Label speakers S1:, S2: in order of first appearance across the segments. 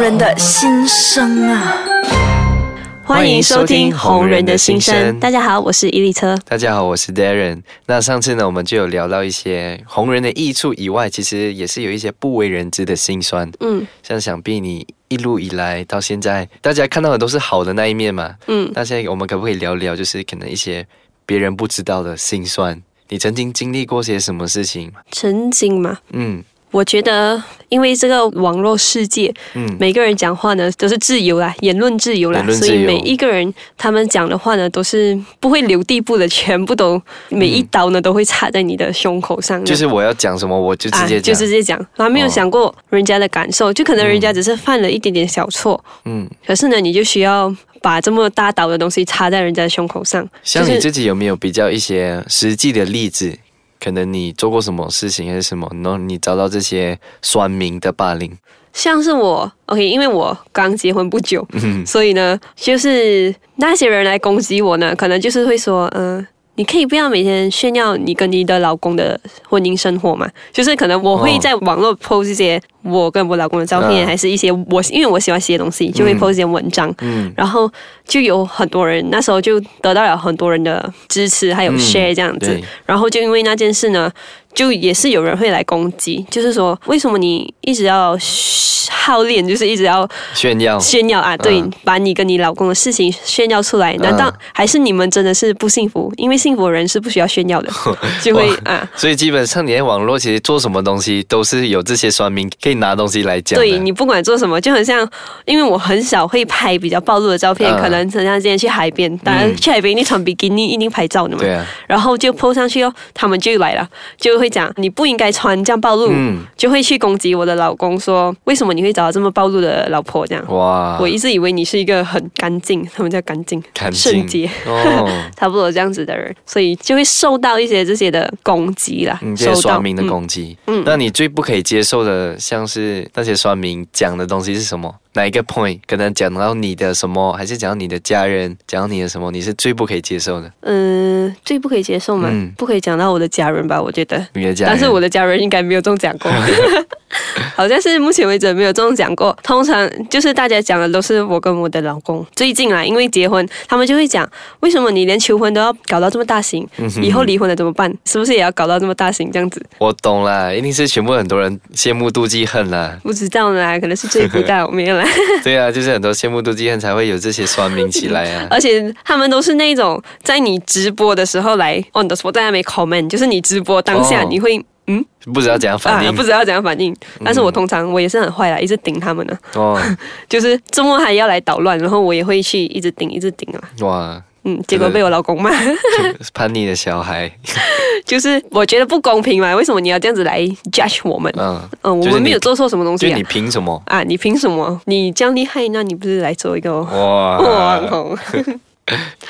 S1: 人的心声啊！
S2: 欢迎收听《红人的心声》。
S3: 大家好，我是伊利车。
S2: 大家好，我是 Darren。那上次呢，我们就有聊到一些红人的益处以外，其实也是有一些不为人知的辛酸。
S3: 嗯
S2: 像想必你一路以来到现在，大家看到的都是好的那一面嘛。
S3: 嗯，
S2: 那现在我们可不可以聊聊，就是可能一些别人不知道的辛酸？你曾经经历过些什么事情？
S3: 曾经嘛，
S2: 嗯
S3: 我觉得因为这个网络世界，
S2: 嗯，
S3: 每个人讲话呢都是自由啦，言论自由啦
S2: 言，论自
S3: 所
S2: 由
S3: 以每一个人他们讲的话呢，都是不会留地步的，全部都每一刀呢、都会插在你的胸口上的。
S2: 就是我要讲什么，我就直接
S3: 啊，就
S2: 讲。
S3: 直接讲，然后没有
S2: 哦
S3: 想过人家的感受，就可能人家
S2: 嗯
S3: 只是犯了一点点小错，
S2: 嗯，
S3: 可是呢，你就需要把这么大刀的东西插在人家的胸口上，
S2: 像
S3: 就
S2: 你
S3: 是
S2: 自己有没有比较一些实际的例子？可能你做过什么事情还是什么，然后你遭到这些酸民的霸凌？
S3: 像是我，OK，因为我刚结婚不久，
S2: 嗯
S3: 所以呢，就是那些人来攻击我呢，可能就是会说，嗯、你可以不要每天炫耀你跟你的老公的婚姻生活嘛？就是可能我会
S2: 哦
S3: 在网络 post 一些我跟我老公的照片，
S2: 嗯
S3: 还是一些我因为我喜欢写东西，就会
S2: 嗯
S3: post 一些文章。
S2: 嗯
S3: 然后就有很多人，那时候就得到了很多人的支持，还有
S2: 嗯
S3: share 这样子。
S2: 对
S3: 然后就因为那件事呢，就也是有人会来攻击，就是说为什么你一直要嘘好练，就是一直要
S2: 炫耀。
S3: 炫耀啊？对，把你跟你老公的事情炫耀出来，难道
S2: 嗯
S3: 还是你们真的是不幸福？因为幸福的人是不需要炫耀 的，就会啊。
S2: 所以基本上你在网络其实做什么东西都是有这些酸民可以拿东西来讲的。
S3: 对你不管做什么，就很像，因为我很少会拍比较暴露的照片，
S2: 嗯
S3: 可能很像今天去海边，当然
S2: 嗯
S3: 去海边你穿比基尼一定拍照的嘛。
S2: 对啊，
S3: 然后就 PO 上去哦，他们就来了，就会讲你不应该穿这样暴露，
S2: 嗯，
S3: 就会去攻击我的老公说，为什么你会找到这么暴露的老婆这样？
S2: 嗯哇，
S3: 我一直以为你是一个很干净，他们叫干净、
S2: 看
S3: 圣洁，
S2: 哦，
S3: 差不多这样子的人，所以就会受到一些这些的攻击啦。
S2: 嗯，这
S3: 受
S2: 些
S3: 到
S2: 酸民的攻击。
S3: 嗯
S2: 那你最不可以接受的，像是那些酸民讲的东西是什么？哪一个 point 可能讲到你的什么，还是讲到你的家人，讲到你的什么，你是最不可以接受的？
S3: 嗯、呃最不可以接受嘛，
S2: 嗯
S3: 不可以讲到我的家人吧？我觉 得。
S2: 你的家人？
S3: 但是我的家人应该没有中 奖过，好像是目前为止没有中奖过。通常就是大家讲的都是我跟我的老公。最近啊，因为结婚，他们就会讲，为什么你连求婚都要搞到这么大型？
S2: 嗯哼
S3: 以后离婚了怎么办？是不是也要搞到这么大型这样子？。
S2: 我懂啦，一定是全部很多人羡慕妒忌恨啦
S3: 不知道啦，可能是追不到，没 有啦。
S2: 对啊，就是很多羡慕妒忌恨才会有这些酸民起来 啊。
S3: 而且他们都是那种在你直播的时候来 on the spot 在那边 comment，就是你直播当下
S2: 哦
S3: 你会、
S2: 不知道怎样反
S3: 啊
S2: 应。嗯
S3: 不知道怎样反应。但是我通常我也是很坏啦，一直顶他们呢、啊
S2: 哦，
S3: 就是周末还要来捣乱，然后我也会去一直顶一直顶啊，
S2: 哇，
S3: 嗯，结果被我老公骂，
S2: 叛逆的小孩，
S3: 就是我觉得不公平嘛，为什么你要这样子来 judge 我们？
S2: 嗯，
S3: 嗯，我
S2: 就是
S3: 们
S2: 你
S3: 没有做错什么东
S2: 就
S3: 西啊
S2: 你，凭什么？
S3: 啊，你凭什么？你这样厉害，那你不是来做一个
S2: 啊
S3: 哦网
S2: 哇，
S3: 红？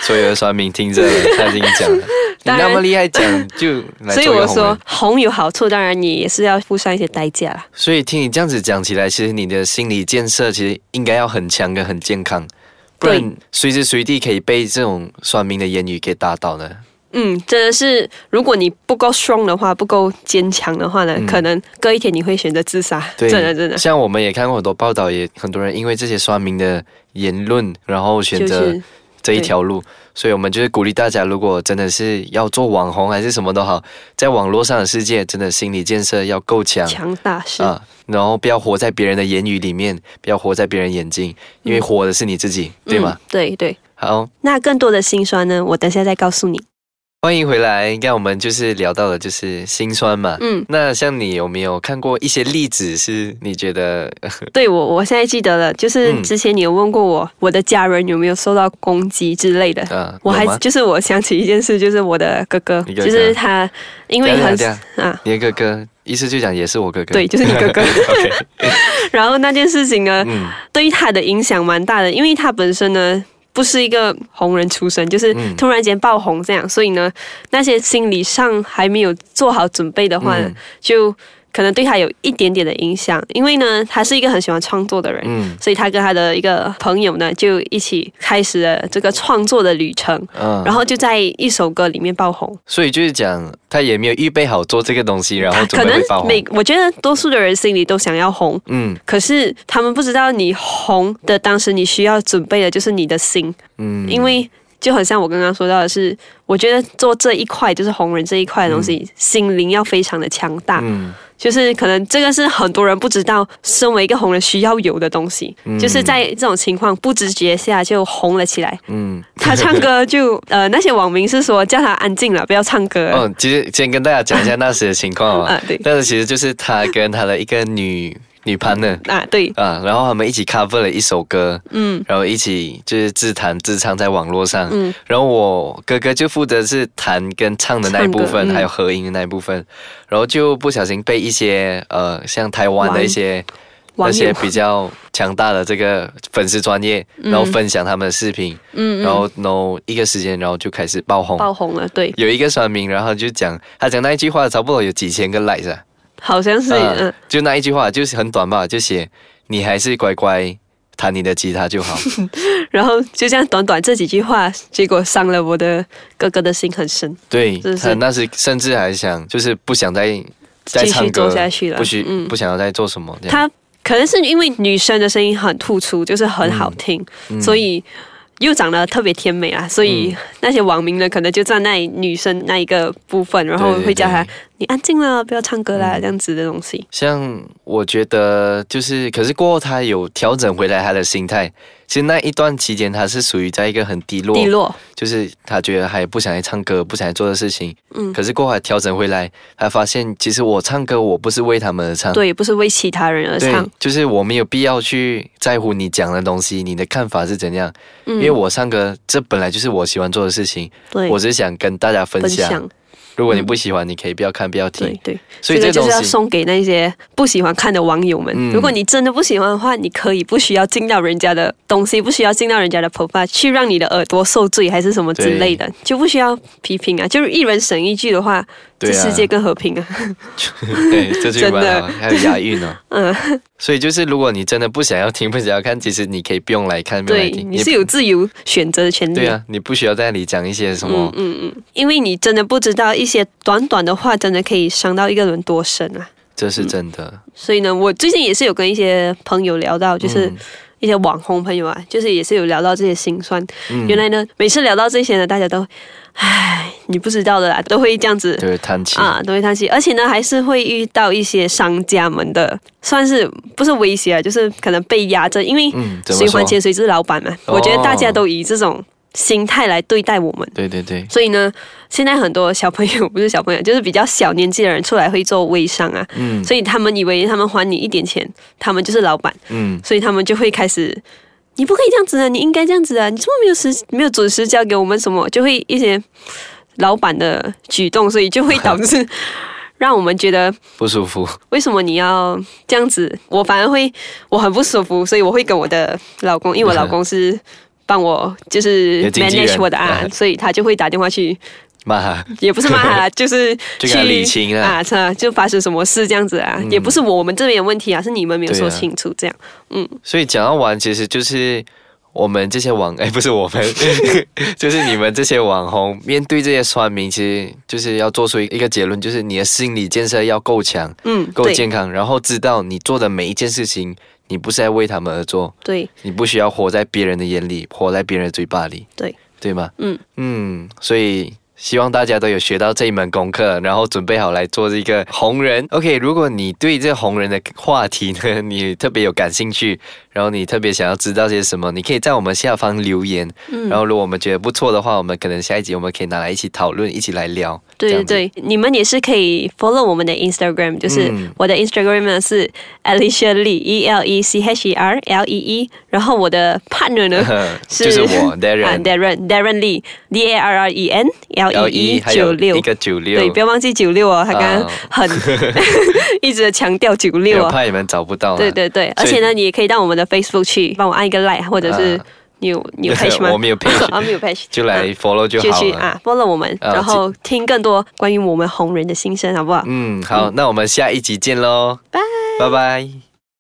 S2: 所有的酸民听着他已经 讲了，你
S3: 当然
S2: 那么厉害讲就来
S3: 所
S2: 做
S3: 以
S2: 一个
S3: 我
S2: 红
S3: 说
S2: 人。
S3: 红有好处，当然你也是要付上一些代价啦。
S2: 所以听你这样子讲起来，其实你的心理建设其实应该要很强跟很健康，不
S3: 对
S2: 然随时随地可以被这种酸民的言语给打倒的。
S3: 嗯，真的是，如果你不够 strong 的话，不够坚强的话呢，可能隔一天你会选择自杀。
S2: 嗯对，
S3: 真的真的，
S2: 像我们也看过很多报道，也很多人因为这些酸民的言论，然后选
S3: 就
S2: 择
S3: 是
S2: 这一条路，所以我们就是鼓励大家，如果真的是要做网红还是什么都好，在网络上的世界，真的心理建设要够强
S3: 强大是。
S2: 啊，然后不要活在别人的言语里面，不要活在别人眼睛，因为活的是你自己，对吗
S3: 嗯？？对对。
S2: 好，
S3: 那更多的辛酸呢，我等下再告诉你。
S2: 欢迎回来。刚才我们就是聊到了就是心酸嘛，
S3: 嗯，
S2: 那像你有没有看过一些例子，是你觉得
S3: 对我我现在记得了，就是
S2: 嗯
S3: 之前你有问过我，我的家人有没有受到攻击之类的。
S2: 啊，
S3: 我还
S2: 有吗
S3: 就是我想起一件事，就是我的哥哥，
S2: 你哥哥
S3: 就是他，因为
S2: 等一下
S3: 很
S2: 等一下
S3: 啊，
S2: 你的哥哥，意思就讲也是我哥哥，
S3: 对，就是你 哥哥。
S2: OK，
S3: 然后那件事情呢，
S2: 嗯
S3: 对于他的影响蛮大的，因为他本身呢不是一个红人出身，就是
S2: 嗯
S3: 突然间爆红这样，所以呢，那些心理上还没有做好准备的话呢，
S2: 嗯
S3: 就可能对他有一点点的影响，因为呢，他是一个很喜欢创作的人，
S2: 嗯
S3: 所以他跟他的一个朋友呢，就一起开始了这个创作的旅程，
S2: 嗯，
S3: 然后就在一首歌里面爆红。
S2: 所以就是讲他也没有预备好做这个东西，然后准
S3: 可
S2: 备
S3: 能
S2: 会爆红
S3: 每，我觉得多数的人心里都想要红，
S2: 嗯
S3: 可是他们不知道你红的当时你需要准备的就是你的心，
S2: 嗯，
S3: 因为就很像我刚刚说到的是，我觉得做这一块就是红人这一块的东西，心灵要非常的强大，
S2: 嗯
S3: 就是可能这个是很多人不知道，身为一个红人需要有的东西，
S2: 嗯
S3: 就是在这种情况不知觉下就红了起来。
S2: 嗯
S3: 他唱歌就呃，那些网民是说叫他安静了，不要唱歌。
S2: 哦，其实先跟大家讲一下那时的情况 啊
S3: 啊，对
S2: 那时其实就是他跟他的一个女女 partner
S3: 啊，对，
S2: 啊，然后他们一起 cover 了一首歌，
S3: 嗯，
S2: 然后一起就是自弹自唱在网络上。
S3: 嗯
S2: 然后我哥哥就负责是弹跟唱的那一部
S3: 唱
S2: 分，
S3: 歌嗯
S2: 还有合音的那一部分，然后就不小心被一些呃，像台湾的一些。
S3: 网
S2: 那些
S3: 友，
S2: 比较强大的这个粉丝专业，然后分享他们的视频，
S3: 嗯
S2: 然后然后一个时间，然后就开始爆红。
S3: 爆红了，对，
S2: 有一个酸民，然后就讲他讲那一句话，差不多有几千个 like 啊，
S3: 好像是，
S2: 嗯
S3: 嗯，
S2: 就那一句话，就是很短吧，就写你还是乖乖弹你的吉他 就好。
S3: 然后就这样短短这几句话，结果伤了我的哥哥的心很深。
S2: 对
S3: 是不
S2: 他
S3: 是
S2: 那时甚至还想就是不想再再
S3: 继续
S2: 唱歌
S3: 做下去了
S2: 不许、
S3: 嗯
S2: 不想要再做什么这样。
S3: 他可能是因为女生的声音很突出，就是很好听，
S2: 嗯
S3: 所以又长得特别甜美啊，所以那些网民呢，可能就站在女生那一个部分，然后会叫她
S2: 对嗯
S3: “你安静了，不要唱歌啦”这样子的东西。
S2: 像我觉得就是，可是过后他有调整回来他的心态。其实那一段期间，他是属于在一个很低落，
S3: 低落，
S2: 就是他觉得还不想来唱歌，不想来做的事情。
S3: 嗯
S2: 可是过后还调整回来，他发现其实我唱歌我不是为他们而唱，
S3: 对，不是为其他人而
S2: 对
S3: 唱，
S2: 就是我没有必要去在乎你讲的东西，你的看法是怎样，
S3: 嗯
S2: 因为我唱歌这本来就是我喜欢做的事情，
S3: 对
S2: 我只是想跟大家分
S3: 分
S2: 享。
S3: 享，
S2: 如果你不喜欢，你可以不要看，不要
S3: 对
S2: 听。
S3: 对，
S2: 所以
S3: 这
S2: 这
S3: 个就
S2: 东
S3: 是要
S2: 西，
S3: 送给那些不喜欢看的网友们。
S2: 嗯
S3: 如果你真的不喜欢的话，你可以不需要进到人家的东西，不需要进到人家的 profile 去让你的耳朵受罪还是什么之类的，就不需要批评啊。就是一人省一句的话，
S2: 对啊
S3: 这世界更和平 啊。
S2: 对，这句
S3: 真
S2: 蛮
S3: 的
S2: 好，还有押韵呢。
S3: 嗯，
S2: 所以就是，如果你真的不想要听，不想要看，其实你可以不用来看，不用 来
S3: 对，
S2: 听。
S3: 你是有自由选择的权利。
S2: 对啊，你不需要在那里讲一些什么
S3: 嗯，嗯嗯，因为你真的不知道一些短短的话，真的可以伤到一个人多深啊。
S2: 这是真的。
S3: 所以呢，我最近也是有跟一些朋友聊到，就是
S2: 嗯
S3: 一些网红朋友啊，就是也是有聊到这些心酸。
S2: 嗯
S3: 原来呢，每次聊到这些呢，大家都，唉，你不知道的啦，都会这样子
S2: 对叹气，
S3: 啊，都会叹气。而且呢，还是会遇到一些商家们的，算是不是威胁啊，就是可能被压着，因为
S2: 嗯，怎么
S3: 谁
S2: 说
S3: 还？钱谁是老板嘛。
S2: 哦
S3: 我觉得大家都以这种心态来对待我们。
S2: 对对对，
S3: 所以呢，现在很多小朋友不是小朋友，就是比较小年纪的人出来会做微商啊，
S2: 嗯
S3: 所以他们以为他们还你一点钱，他们就是老板。
S2: 嗯，
S3: 所以他们就会开始，你不可以这样子啊，你应该这样子啊，你怎么没有时没有准时交给我们什么，就会一些老板的举动，所以就会导 致让我们觉得
S2: 不舒服。
S3: 为什么你要这样子？我反而会我很不舒服，所以我会跟我的老公，因为我老公是。帮我就是
S2: 有经纪哎人
S3: manage 我的啊，所以他就会打电话去，
S2: 骂他，
S3: 也不是骂 他啦，就是去
S2: 就给他理清啊嗯
S3: 啊，是啊就发生什么事这样子啊，也不是我我们这边有问题啊，是你们没有
S2: 对啊
S3: 说清楚这样。
S2: 所以讲到玩，其实就是我们这些网， 哎，不是我们，就是你们这些网红，面对这些酸民，其实就是要做出一个结论，就是你的心理建设要够强、
S3: 嗯，
S2: 够
S3: 对
S2: 健康，然后知道你做的每一件事情，你不是在为他们而做，
S3: 对，
S2: 你不需要活在别人的眼里，活在别人的嘴巴里，
S3: 对
S2: 对吗？
S3: 嗯
S2: 嗯，所以。希望大家都有学到这一门功课，然后准备好来做这个红人。OK，如果你对这红人的话题呢， 你特别有感兴趣，然后你特别想要知道些什么，你可以在我们下方留言。
S3: 嗯
S2: 然后如果我们觉得不错的话，我们可能下一集我们可以拿来一起讨论，一起来聊。这
S3: 对
S2: 样子，
S3: 对，你们也是可以 follow 我们的 Instagram，就是
S2: 嗯
S3: 我的 Instagram 呢是 Alicia Lee E L E C H E R L E E，然后我的 partner 呢是
S2: 就是我 Darren，、
S3: 啊 Darren Darren Lee D A R R E N L E E
S2: 还
S3: 九
S2: 有
S3: 六
S2: 一。个九六，
S3: 对，不要忘记九六哦，他刚刚
S2: 啊
S3: 很、一直强调九六
S2: 我
S3: 哦。
S2: 哎怕你们找不到、啊。
S3: 对对对，而且呢，你也可以到我们的 Facebook 去帮我按一个 like，或者是
S2: 啊
S3: 你有 你有 page 吗？
S2: 我没有 page
S3: 啊，没有 page，
S2: 就来
S3: 啊
S2: follow 就
S3: 就
S2: 好
S3: 去
S2: 了。
S3: 啊 follow 我们，
S2: 啊
S3: 然后听更多关于我们红人的心声，好不好？
S2: 嗯，好，那我们下一集见喽，拜拜拜。